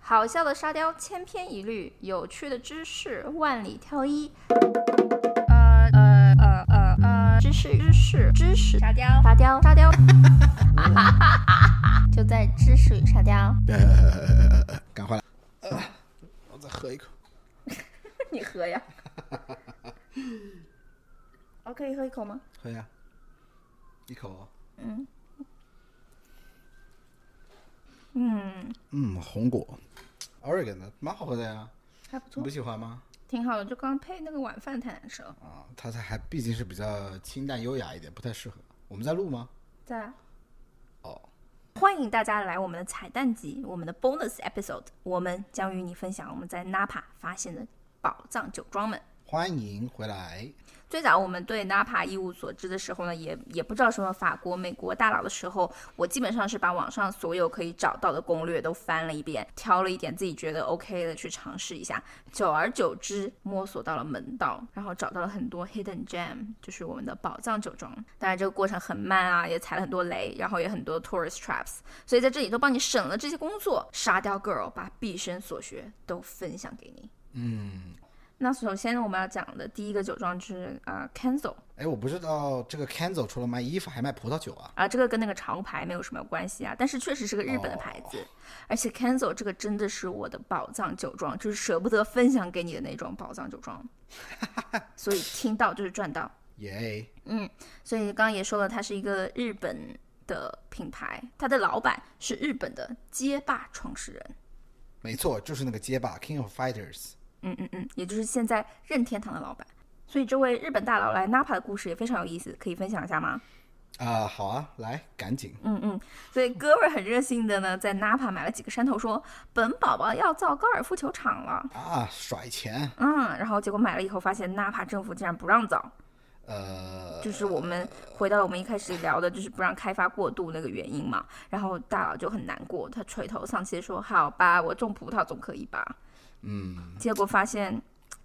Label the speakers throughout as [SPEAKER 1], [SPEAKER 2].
[SPEAKER 1] 好笑的沙雕千篇一律，有趣的知识万里挑一。呃呃呃呃呃，知识知识知识
[SPEAKER 2] 沙雕
[SPEAKER 1] 沙雕沙雕， 就在知识与沙雕。
[SPEAKER 3] 呃，赶快来，呃，我再喝一口。
[SPEAKER 1] 你喝呀？我可以喝一口吗？
[SPEAKER 3] 喝呀，一口哦。
[SPEAKER 1] 嗯，
[SPEAKER 3] 嗯，红果，Oregon 的，蛮好喝的呀，
[SPEAKER 1] 还不
[SPEAKER 3] 你
[SPEAKER 1] 错
[SPEAKER 3] 不，喜欢吗？
[SPEAKER 1] 挺好的，就刚配那个晚饭太难吃了。
[SPEAKER 3] 啊，它它还毕竟是比较清淡优雅一点，不太适合。我们在录吗？
[SPEAKER 1] 在。
[SPEAKER 3] 哦，
[SPEAKER 1] 欢迎大家来我们的彩蛋集，我们的 bonus episode，我们将与你分享我们在 Napa 发现的宝藏酒庄们。
[SPEAKER 3] 欢迎回来。
[SPEAKER 1] 最早我们对 Napa 一无所知的时候呢，也也不知道什么法国、美国大佬的时候，我基本上是把网上所有可以找到的攻略都翻了一遍，挑了一点自己觉得 OK 的去尝试一下。久而久之，摸索到了门道，然后找到了很多 hidden gem，就是我们的宝藏酒庄。当然这个过程很慢啊，也踩了很多雷，然后也很多 tourist traps，所以在这里都帮你省了这些工作。沙雕 girl 把毕生所学都分享给你。
[SPEAKER 3] 嗯，
[SPEAKER 1] 那首先呢，我们要讲的第一个酒庄是呃 Kenzo，
[SPEAKER 3] 哎，我不知道这个 Kenzo 除了卖衣服还卖葡萄酒啊。
[SPEAKER 1] 啊，这个跟那个潮牌没有什么关系啊，但是确实是个日本的牌子，而且 Kenzo 这个真的是我的宝藏酒庄，就是舍不得分享给你的那种宝藏酒庄，所以听到就是赚到。
[SPEAKER 3] 耶，
[SPEAKER 1] 所以刚刚也说了，它是一个日本的品牌，它的老板是日本的街霸创始人，
[SPEAKER 3] 没错，就是那个街霸 King of Fighters。
[SPEAKER 1] 嗯嗯嗯，也就是现在任天堂的老板。所以这位日本大佬来 Napa 的故事也非常有意思，可以分享一下吗？
[SPEAKER 3] 啊、好啊，来，赶紧。
[SPEAKER 1] 嗯嗯，所以哥们儿很热心的呢，在 Napa 买了几个山头说，本宝宝要造高尔夫球场了。
[SPEAKER 3] 啊，甩钱，
[SPEAKER 1] 嗯，然后结果买了以后，发现纳帕政府竟然不让造，
[SPEAKER 3] 呃，
[SPEAKER 1] 就是我们回到我们一开始聊的，就是不让开发过度那个原因嘛。然后大佬就很难过，他垂头丧气的说：“好吧，我种葡萄总可以吧？”
[SPEAKER 3] 嗯，
[SPEAKER 1] 结果发现，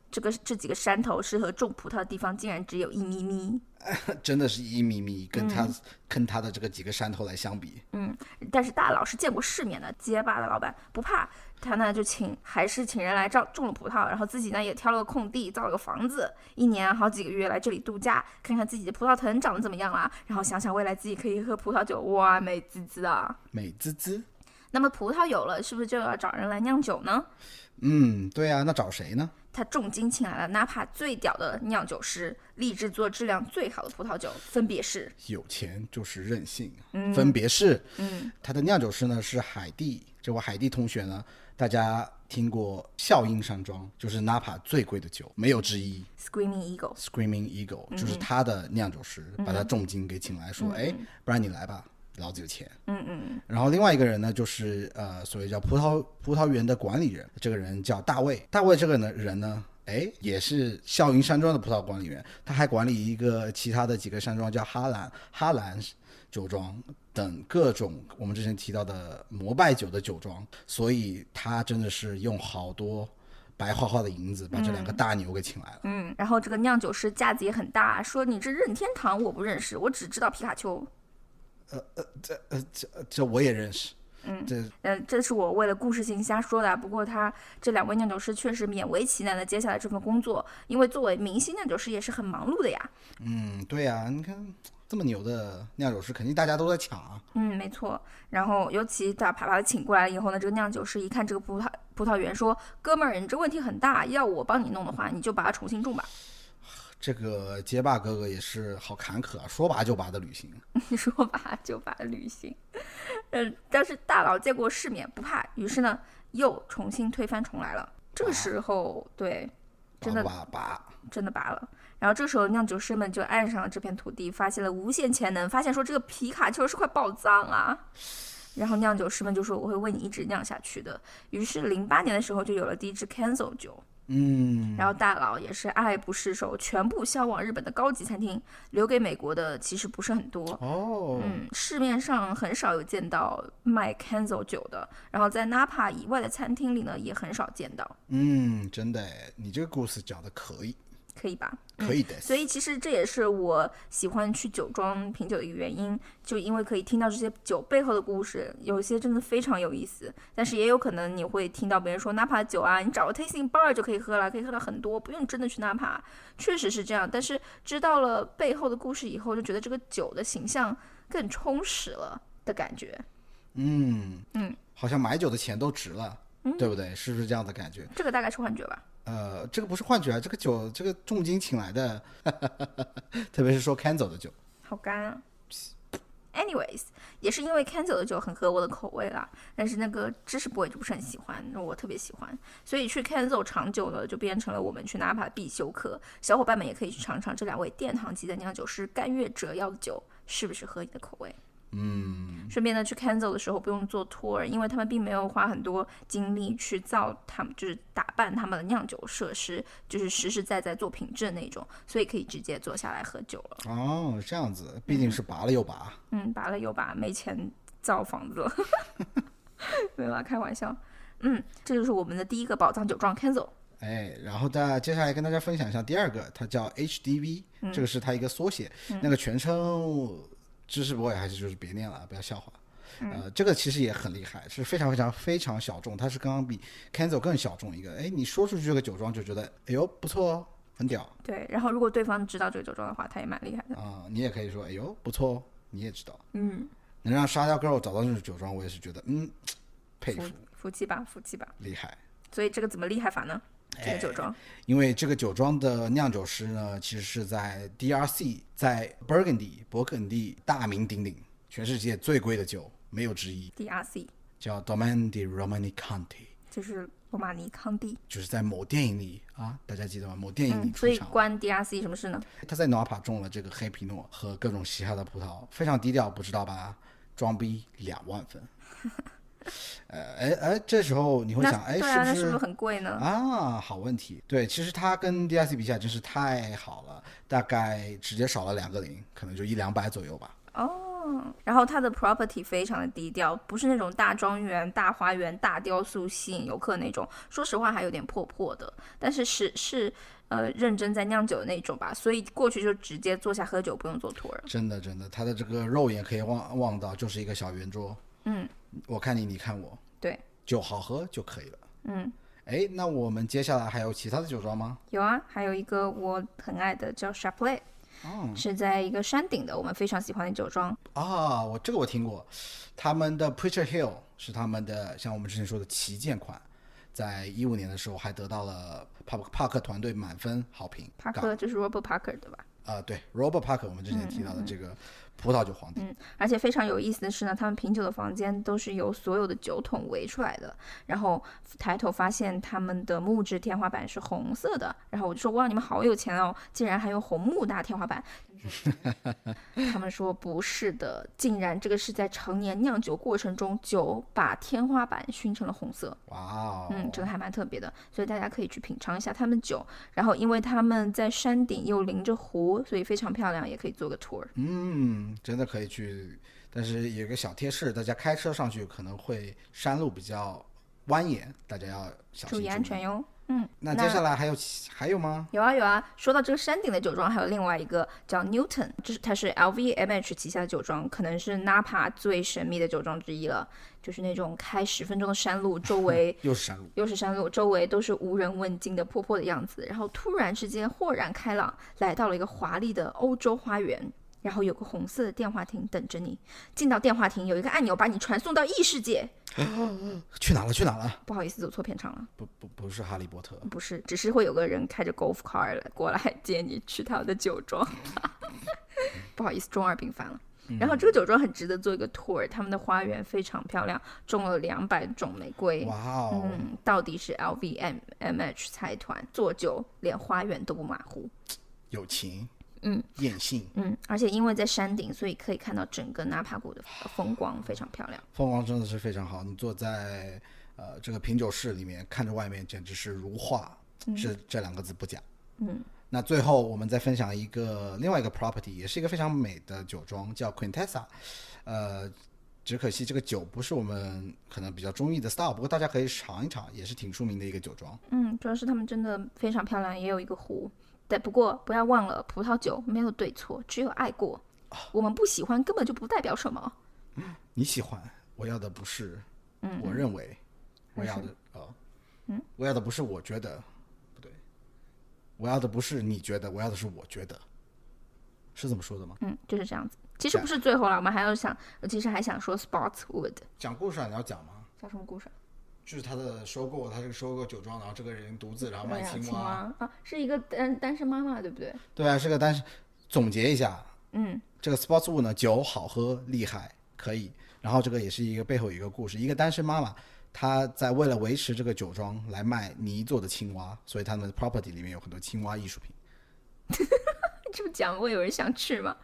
[SPEAKER 1] 这个这几个山头适合种葡萄的地方竟然只有一咪咪。
[SPEAKER 3] 真的是一米米，跟他、跟他的这个几个山头来相比，
[SPEAKER 1] 但是大佬是见过世面的，结巴的老板不怕，他呢就请还是请人来照种了葡萄，然后自己呢也挑了个空地，造了个房子，一年好几个月来这里度假，看看自己的葡萄藤长得怎么样啦，然后想想未来自己可以喝葡萄酒，哇，美滋滋啊！
[SPEAKER 3] 美滋滋。
[SPEAKER 1] 那么葡萄有了，是不是就要找人来酿酒呢？
[SPEAKER 3] 嗯，对啊，那找谁呢？
[SPEAKER 1] 他重金请来了 Napa 最屌的酿酒师，立志做质量最好的葡萄酒，分别是
[SPEAKER 3] 有钱就是任性，分别是，
[SPEAKER 1] 嗯，
[SPEAKER 3] 他的酿酒师呢是海蒂，这位海蒂同学呢，大家听过笑音山庄，就是 Napa 最贵的酒，没有之一。
[SPEAKER 1] Screaming Eagle。
[SPEAKER 3] Screaming Eagle
[SPEAKER 1] 嗯
[SPEAKER 3] 就是他的酿酒师，把他重金给请来说，哎，不然你来吧，老子有钱。
[SPEAKER 1] 嗯嗯，
[SPEAKER 3] 然后另外一个人呢，就是呃，所谓叫葡萄葡萄园的管理人，这个人叫大卫。大卫这个呢人呢，哎，也是笑云山庄的葡萄管理员，他还管理一个其他的几个山庄，叫哈兰、哈兰酒庄等各种我们之前提到的摩拜酒的酒庄。所以他真的是用好多白花花的银子把这两个大牛给请来了。
[SPEAKER 1] 嗯，然后这个酿酒师架子也很大，说你这任天堂我不认识，我只知道皮卡丘。
[SPEAKER 3] 呃这我也认识，嗯，这
[SPEAKER 1] 呃，这是我为了故事性瞎说的啊。不过他这两位酿酒师确实勉为其难的接下来这份工作，因为作为明星酿酒师也是很忙碌的呀。
[SPEAKER 3] 嗯，对呀、你看这么牛的酿酒师，肯定大家都在抢啊。
[SPEAKER 1] 嗯，没错。然后尤其他把他请过来以后呢，这个酿酒师一看这个葡萄葡萄园，说：“哥们儿，你这问题很大，要我帮你弄的话，你就把它重新种吧。
[SPEAKER 3] 这个街霸哥哥也是好坎坷啊，说拔就拔的旅行。”
[SPEAKER 1] 你说吧，就把它履行。嗯，但是大佬见过世面，不怕，于是呢又重新推翻重来了。这个时候，对，真的
[SPEAKER 3] 拔不拔拔，
[SPEAKER 1] 真的拔了。然后这时候酿酒师们就爱上了这片土地，发现了无限潜能，发现说这个皮卡丘是块宝藏啊。然后酿酒师们就说我会为你一直酿下去的。于是零八年的时候就有了第一支 Cancel 酒，
[SPEAKER 3] 嗯，
[SPEAKER 1] 然后大佬也是爱不释手，全部销往日本的高级餐厅，留给美国的其实不是很多。
[SPEAKER 3] 哦，
[SPEAKER 1] 嗯，市面上很少有见到卖 Cancel 酒的，然后在 Napa 以外的餐厅里呢也很少见到。
[SPEAKER 3] 嗯，真的诶，你这个故事讲的可以。
[SPEAKER 1] 可以吧？
[SPEAKER 3] 可以的。
[SPEAKER 1] 所以其实这也是我喜欢去酒庄品酒的一个原因，就因为可以听到这些酒背后的故事，有些真的非常有意思。但是也有可能你会听到别人说 Napa 酒啊，你找个 tasting bar 就可以喝了，可以喝到很多，不用真的去 Napa。确实是这样，但是知道了背后的故事以后，就觉得这个酒的形象更充实了的感觉。
[SPEAKER 3] 嗯
[SPEAKER 1] 嗯，
[SPEAKER 3] 好像买酒的钱都值了，对不对？是不是这样的感觉？
[SPEAKER 1] 这个大概是幻觉吧。
[SPEAKER 3] 呃，这个不是幻觉啊，这个酒，这个重金请来的， 特别是说 Canzo 的酒，
[SPEAKER 1] 好干啊。Anyways，也是因为 Canzo 的酒很合我的口味啦，但是那个芝士 boy 就不是很喜欢，我特别喜欢，所以去 Canzo 尝酒呢，就变成了我们去 Napa 必修课。小伙伴们也可以去尝尝这两位殿堂级的酿酒师甘月哲要的酒，是不是合你的口味？嗯，顺便呢，去 Canzo 的时候不用做 tour，因为他们并没有花很多精力去造他们，就是打扮他们的酿酒设施，就是实实在在做品质那种，所以可以直接坐下来喝酒了。
[SPEAKER 3] 哦，这样子，毕竟是拔了又拔，
[SPEAKER 1] 嗯，拔了又拔，没钱造房子了， 没啦，开玩笑。嗯，这就是我们的第一个宝藏酒庄 Cancel。
[SPEAKER 3] 哎，然后大接下来跟大家分享一下第二个，它叫 HDV，、这个是它一个缩写，那个全称知识博也还是就是别念了，不要笑话。呃，这个其实也很厉害，是非常非常非常小众，它是刚刚比 Canzo 更小众一个。哎，你说出去这个酒庄就觉得，哎呦不错哦，很屌
[SPEAKER 1] 对，然后如果对方知道这个酒庄的话，他也蛮厉害的。
[SPEAKER 3] 啊、你也可以说，哎呦不错哦，你也知道。嗯，能让沙雕 girl 找到这种酒庄，我也是觉得，嗯，佩服
[SPEAKER 1] 服，服气吧，服气吧。
[SPEAKER 3] 厉害。
[SPEAKER 1] 所以这个怎么厉害法呢？这
[SPEAKER 3] 哎
[SPEAKER 1] 个酒庄，
[SPEAKER 3] 因为这个酒庄的酿酒师呢，其实是在 DRC，在 Burgundy 勃艮第大名鼎鼎，全世界最贵的酒没有之一，
[SPEAKER 1] DRC
[SPEAKER 3] 叫 Domaine de Romani Conti，
[SPEAKER 1] 就是罗马尼康帝。
[SPEAKER 3] 就是在某电影里啊，大家记得吗？某电影里
[SPEAKER 1] 嗯，所
[SPEAKER 3] 出
[SPEAKER 1] 以
[SPEAKER 3] 场，
[SPEAKER 1] 关 DRC 什么事呢？
[SPEAKER 3] 他在 Napa 种了这个黑皮诺和各种其他的葡萄，非常低调，不知道吧？装逼两 万分。呃，哎哎，这时候你会
[SPEAKER 1] 那
[SPEAKER 3] 想，哎，
[SPEAKER 1] 对啊，那
[SPEAKER 3] 不
[SPEAKER 1] 是不
[SPEAKER 3] 是
[SPEAKER 1] 是很贵呢？
[SPEAKER 3] 啊，好问题。对，其实它跟 DRC 比起来真是太好了，大概直接少了两个零，可能就一两百左右吧。
[SPEAKER 1] 哦，然后它的 property 非常的低调，不是那种大庄园、大花园、大雕塑吸引游客那种。说实话，还有点破破的，但是是是呃认真在酿酒的那种吧。所以过去就直接坐下喝酒，不用做 tour 了。
[SPEAKER 3] 真的，真的，它的这个肉眼可以望望到，就是一个小圆桌。
[SPEAKER 1] 嗯，
[SPEAKER 3] 我看你，你看我，
[SPEAKER 1] 对，
[SPEAKER 3] 酒好喝就可以了。
[SPEAKER 1] 嗯，
[SPEAKER 3] 哎，那我们接下来还有其他的酒庄吗？
[SPEAKER 1] 有啊，还有一个我很爱的叫 Chapley，、是在一个山顶的，我们非常喜欢的酒庄。
[SPEAKER 3] 啊，我这个我听过，他们的 Preacher Hill 是他们的，像我们之前说的旗舰款，在一五年的时候还得到了帕帕克团队满分好评。
[SPEAKER 1] 帕克就是 Robert Parker 对吧？
[SPEAKER 3] 啊、对，Robert Parker，我们之
[SPEAKER 1] 嗯
[SPEAKER 3] 前提到的这个葡萄酒皇帝，
[SPEAKER 1] 而且非常有意思的是呢，他们品酒的房间都是由所有的酒桶围出来的。然后抬头发现他们的木质天花板是红色的，然后我就说哇，你们好有钱哦，竟然还有红木搭天花板。他们说不是的，竟然这个是在常年酿酒过程中，酒把天花板熏成了红色。
[SPEAKER 3] 哇哦，
[SPEAKER 1] 嗯，这个还蛮特别的，所以大家可以去品尝一下他们酒。然后因为他们在山顶又临着湖，所以非常漂亮，也可以做个 tour。
[SPEAKER 3] 嗯，真的可以去，但是有一个小贴士，大家开车上去可能会山路比较蜿蜒，大家要小心
[SPEAKER 1] 注意安全。哟。嗯，
[SPEAKER 3] 那接下来还有其还有吗？
[SPEAKER 1] 有啊有啊。说到这个山顶的酒庄，还有另外一个叫 Newton，这是它是 LVMH 旗下的酒庄，可能是 Napa 最神秘的酒庄之一了。就是那种开十分钟的山路，周围
[SPEAKER 3] 嗯 又是山路，
[SPEAKER 1] 又是山路，周围都是无人问津的破破的样子，然后突然之间豁然开朗，来到了一个华丽的欧洲花园。然后有个红色的电话亭等着你，进到电话亭有一个按钮把你传送到异世界。
[SPEAKER 3] 去哪了？去哪了？
[SPEAKER 1] 不好意思，走错片场了。
[SPEAKER 3] 不不不是哈利波特，
[SPEAKER 1] 不是，只是会有个人开着 golf car 来过来 接你去他的酒庄。 不好意思，中二病犯了。然后这个酒庄很值得做一个 tour，他们的花园非常漂亮，种了两百种玫瑰。
[SPEAKER 3] 哇哦，
[SPEAKER 1] 嗯，到底是 LVMH 财团做酒，连花园都不马虎。
[SPEAKER 3] 友情，嗯，艳性，
[SPEAKER 1] 嗯，而且因为在山顶，所以可以看到整个纳帕谷的风光，非常漂亮。
[SPEAKER 3] 风光真的是非常好。你坐在呃这个品酒室里面，看着外面，简直是如画，这这两个字不假。嗯。那最后我们再分享一个另外一个 property，也是一个非常美的酒庄，叫 Quintessa。呃，只可惜这个酒不是我们可能比较中意的 style，不过大家可以尝一尝，也是挺出名的一个酒庄。
[SPEAKER 1] 嗯，主要是他们真的非常漂亮，也有一个湖。对，不过不要忘了，葡萄酒没有对错，只有爱过。我们不喜欢根本就不代表什么。
[SPEAKER 3] 你喜欢，我要的不是，我认为，我要的哦，嗯，我要的不是我觉得，不对，我要的不是你觉得，我要的是我觉得，是这么说的吗？
[SPEAKER 1] 嗯，就是这样子。其实不是最后了，我们还要想，我其实还想说 Spotswood
[SPEAKER 3] 讲故事啊，你要讲吗？
[SPEAKER 1] 叫什么故事？啊
[SPEAKER 3] 就是他的收购，他是收购酒庄，然后这个人独自然后卖
[SPEAKER 1] 养青
[SPEAKER 3] 蛙，
[SPEAKER 1] 蛙啊，是一个单单身妈妈，对不对？
[SPEAKER 3] 对啊，是个单身。总结一下，
[SPEAKER 1] 嗯，
[SPEAKER 3] 这个 Sportswood 呢，酒好喝，厉害，可以。然后这个也是一个背后有一个故事，一个单身妈妈，她在为了维持这个酒庄来卖泥做的青蛙，所以他们的 property 里面有很多青蛙艺术品。
[SPEAKER 1] 这么讲会有人想去吗？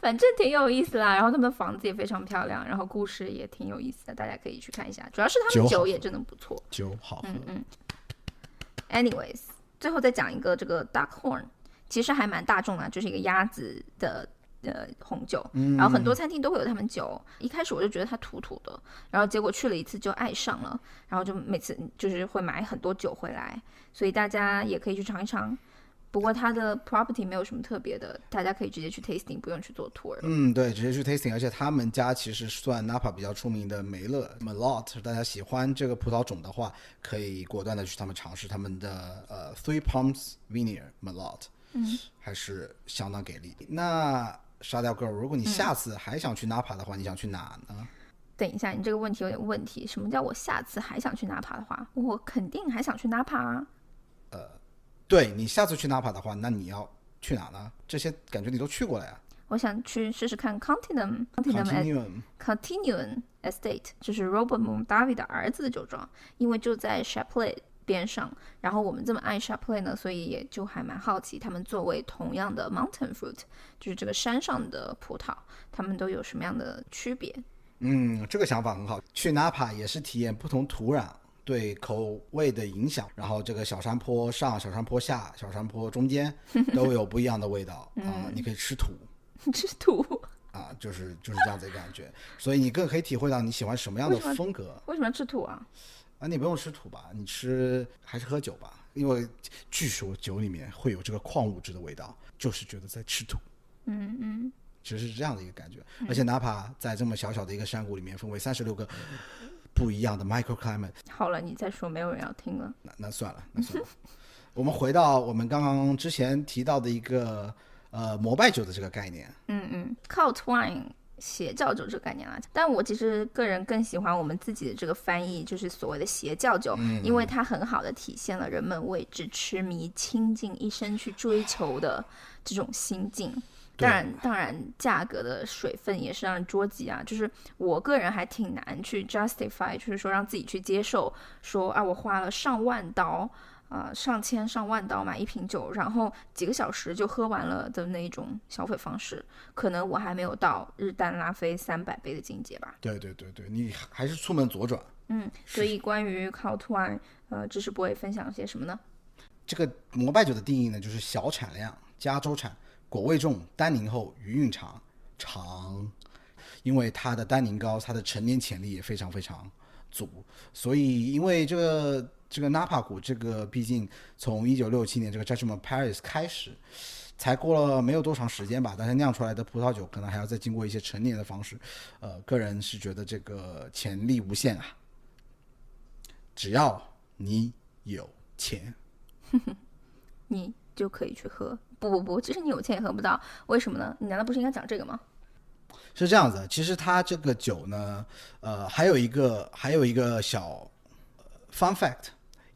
[SPEAKER 1] 反正挺有意思啦。然后他们房子也非常漂亮，然后故事也挺有意思的，大家可以去看一下。主要是他
[SPEAKER 3] 酒
[SPEAKER 1] 们
[SPEAKER 3] 好
[SPEAKER 1] 酒也真的不错。
[SPEAKER 3] 酒好喝，
[SPEAKER 1] Anyways，最后再讲一个这个 Duck Horn，其实还蛮大众的，啊就是一个鸭子的。呃，红酒，然后很多餐厅都会有他们酒。一开始我就觉得它土土的，然后结果去了一次就爱上了，然后就每次就是会买很多酒回来，所以大家也可以去尝一尝。不过它的 property 没有什么特别的，大家可以直接去 tasting，不用去做 tour 了。
[SPEAKER 3] 嗯，对，直接去 tasting，而且他们家其实算 Napa 比较出名的梅勒 Malot，大家喜欢这个葡萄种的话，可以果断的去他们尝试他们的呃 Three Palms Vineyard Malot，嗯，还是相当给力。那沙雕 girl，如果你下次还想去 Napa 的话，你想去哪呢？
[SPEAKER 1] 等一下，你这个问题有点问题。什么叫我下次还想去 Napa 的话，我肯定还想去 Napa 啊。
[SPEAKER 3] 对你下次去 Napa 的话，那你要去哪呢？这些感觉你都去过了呀。
[SPEAKER 1] 我想去试试看 Continuum Continuum
[SPEAKER 3] Continuum，
[SPEAKER 1] Continuum Estate，就是 Robert m o n d a v i 的儿子的酒庄，因为就在 Chapley 边上。然后我们这么爱 Chapley 呢，所以也就还蛮好奇，他们作为同样的 Mountain Fruit，就是这个山上的葡萄，他们都有什么样的区别？
[SPEAKER 3] 嗯，这个想法很好。去 Napa 也是体验不同土壤对口味的影响，然后这个小山坡上、小山坡下、小山坡中 间都有不一样的味道啊、你可以吃土
[SPEAKER 1] 吃土？
[SPEAKER 3] 啊、就是就是这样子的感觉，所以你更可以体会到你喜欢什么样的风格
[SPEAKER 1] 为什么要吃土啊？
[SPEAKER 3] 啊。你不用吃土吧，你吃还是喝酒吧，因为据说酒里面会有这个矿物质的味道，就是觉得在吃土。
[SPEAKER 1] 嗯嗯，
[SPEAKER 3] 其实是这样的一个感觉。而且哪怕在这么小小的一个山谷里面，分为三十六个不一样的 microclimate，
[SPEAKER 1] 好了，你再说，没有人要听了。
[SPEAKER 3] 那那算了，那算了。我们回到我们刚刚之前提到的一个呃膜拜酒的这个概念，
[SPEAKER 1] 嗯嗯，cult wine 邪教酒这个概念啦，但我其实个人更喜欢我们自己的这个翻译，就是所谓的邪教酒，因为它很好的体现了人们为之痴迷、倾尽一生去追求的这种心境。
[SPEAKER 3] 对
[SPEAKER 1] 当然，当然，价格的水分也是让人捉急啊。就是我个人还挺难去 justify，就是说让自己去接受，说啊，我花了上万刀，呃，上千上万刀买一瓶酒，然后几个小时就喝完了的那一种消费方式，可能我还没有到日啖拉菲三百杯的境界吧。
[SPEAKER 3] 对对对对，你还是出门左转。
[SPEAKER 1] 嗯，所以关于 c o t One，呃，知识 boy 分享些什么呢？
[SPEAKER 3] 这个膜拜酒的定义呢，就是小产量、加州产、果味重、单宁厚、余韵长、长，因为它的单宁高，它的陈年潜力也非常非常足，所以因为这个这个 Napa 谷这个，毕竟从一九六七年这个 Judgment Paris 开始。才过了没有多长时间吧，但是酿出来的葡萄酒可能还要再经过一些陈年的方式，呃，个人是觉得这个潜力无限啊，只要你有钱。
[SPEAKER 1] 你就可以去喝。不不不，其实你有钱也喝不到，为什么呢？你难道不是应该讲这个吗？
[SPEAKER 3] 是这样子，其实它这个酒呢，呃，还有一个还有一个小呃 fun fact，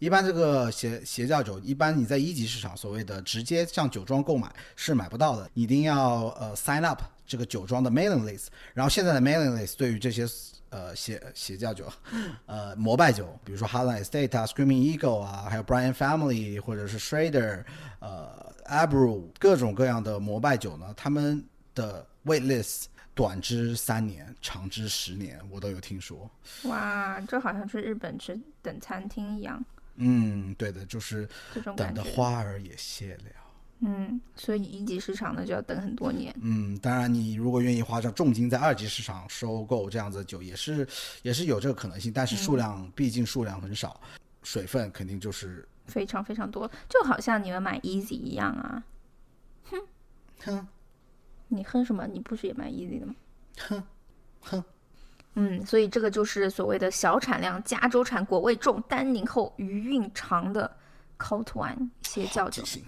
[SPEAKER 3] 一般这个邪邪教酒，一般你在一级市场所谓的直接向酒庄购买是买不到的，你一定要呃 sign up 这个酒庄的 mailing list，然后现在的 mailing list 对于这些。呃，邪邪教酒，呃，膜拜酒，比如说 Highland Estate 啊，Screaming Eagle 啊，还有 Brian Family 或者是 Schrader，呃，Abru 各种各样的膜拜酒呢，他们的 wait list 短之三年，长之十年，我都有听说。
[SPEAKER 1] 哇，这好像去日本吃等餐厅一样，
[SPEAKER 3] 嗯，对的，就是
[SPEAKER 1] 这种
[SPEAKER 3] 等
[SPEAKER 1] 感
[SPEAKER 3] 的
[SPEAKER 1] 觉。
[SPEAKER 3] 花儿也谢了。
[SPEAKER 1] 嗯，所以一级市场呢就要等很多年。
[SPEAKER 3] 嗯，当然，你如果愿意花上重金在二级市场收购这样子的酒，也是也是有这个可能性，但是数量、毕竟数量很少，水分肯定就是
[SPEAKER 1] 非常非常多，就好像你们买 Easy 一样啊。
[SPEAKER 3] 哼，
[SPEAKER 1] 你哼什么？你不是也蛮 easy 的吗？
[SPEAKER 3] 哼，哼，
[SPEAKER 1] 嗯，所以这个就是所谓的小产量加州产果味重、单宁厚、余韵长的 c o t w i n 些
[SPEAKER 3] 好
[SPEAKER 1] 叫酒
[SPEAKER 3] 记。性。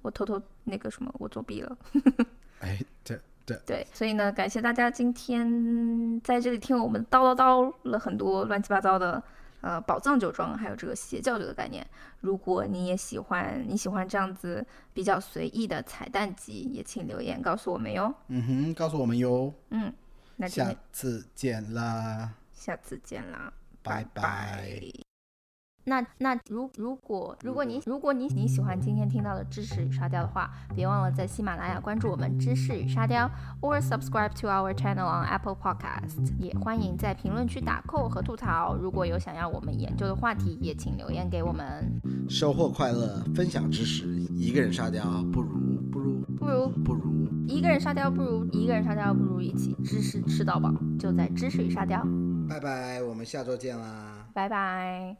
[SPEAKER 1] 我偷偷那个什么，我作弊了。
[SPEAKER 3] 哎，这这
[SPEAKER 1] 对，所以呢，感谢大家今天在这里听我们叨叨叨了很多乱七八糟的。呃，宝藏酒庄还有这个邪教酒的概念，如果你也喜欢，你喜欢这样子比较随意的彩蛋集，也请留言告诉我们哟。
[SPEAKER 3] 嗯哼，告诉我们哟，
[SPEAKER 1] 那今
[SPEAKER 3] 下
[SPEAKER 1] 天
[SPEAKER 3] 次见啦，
[SPEAKER 1] 下次见啦，
[SPEAKER 3] 拜拜。嗯
[SPEAKER 1] 那那如如果如果你如果你你喜欢今天听到的知识与沙雕的话，别忘了在喜马拉雅关注我们知识与沙雕，or subscribe to our channel on Apple Podcast。也欢迎在评论区打扣和吐槽。如果有想要我们研究的话题，也请留言给我们。
[SPEAKER 3] 收获快乐，分享知识，一个人沙雕不如不如
[SPEAKER 1] 不如
[SPEAKER 3] 不如。
[SPEAKER 1] 一个人沙雕，不如一个人沙雕，不如一起知识吃到饱。就在知识与沙雕，
[SPEAKER 3] 拜拜，我们下周见啦。
[SPEAKER 1] 拜拜。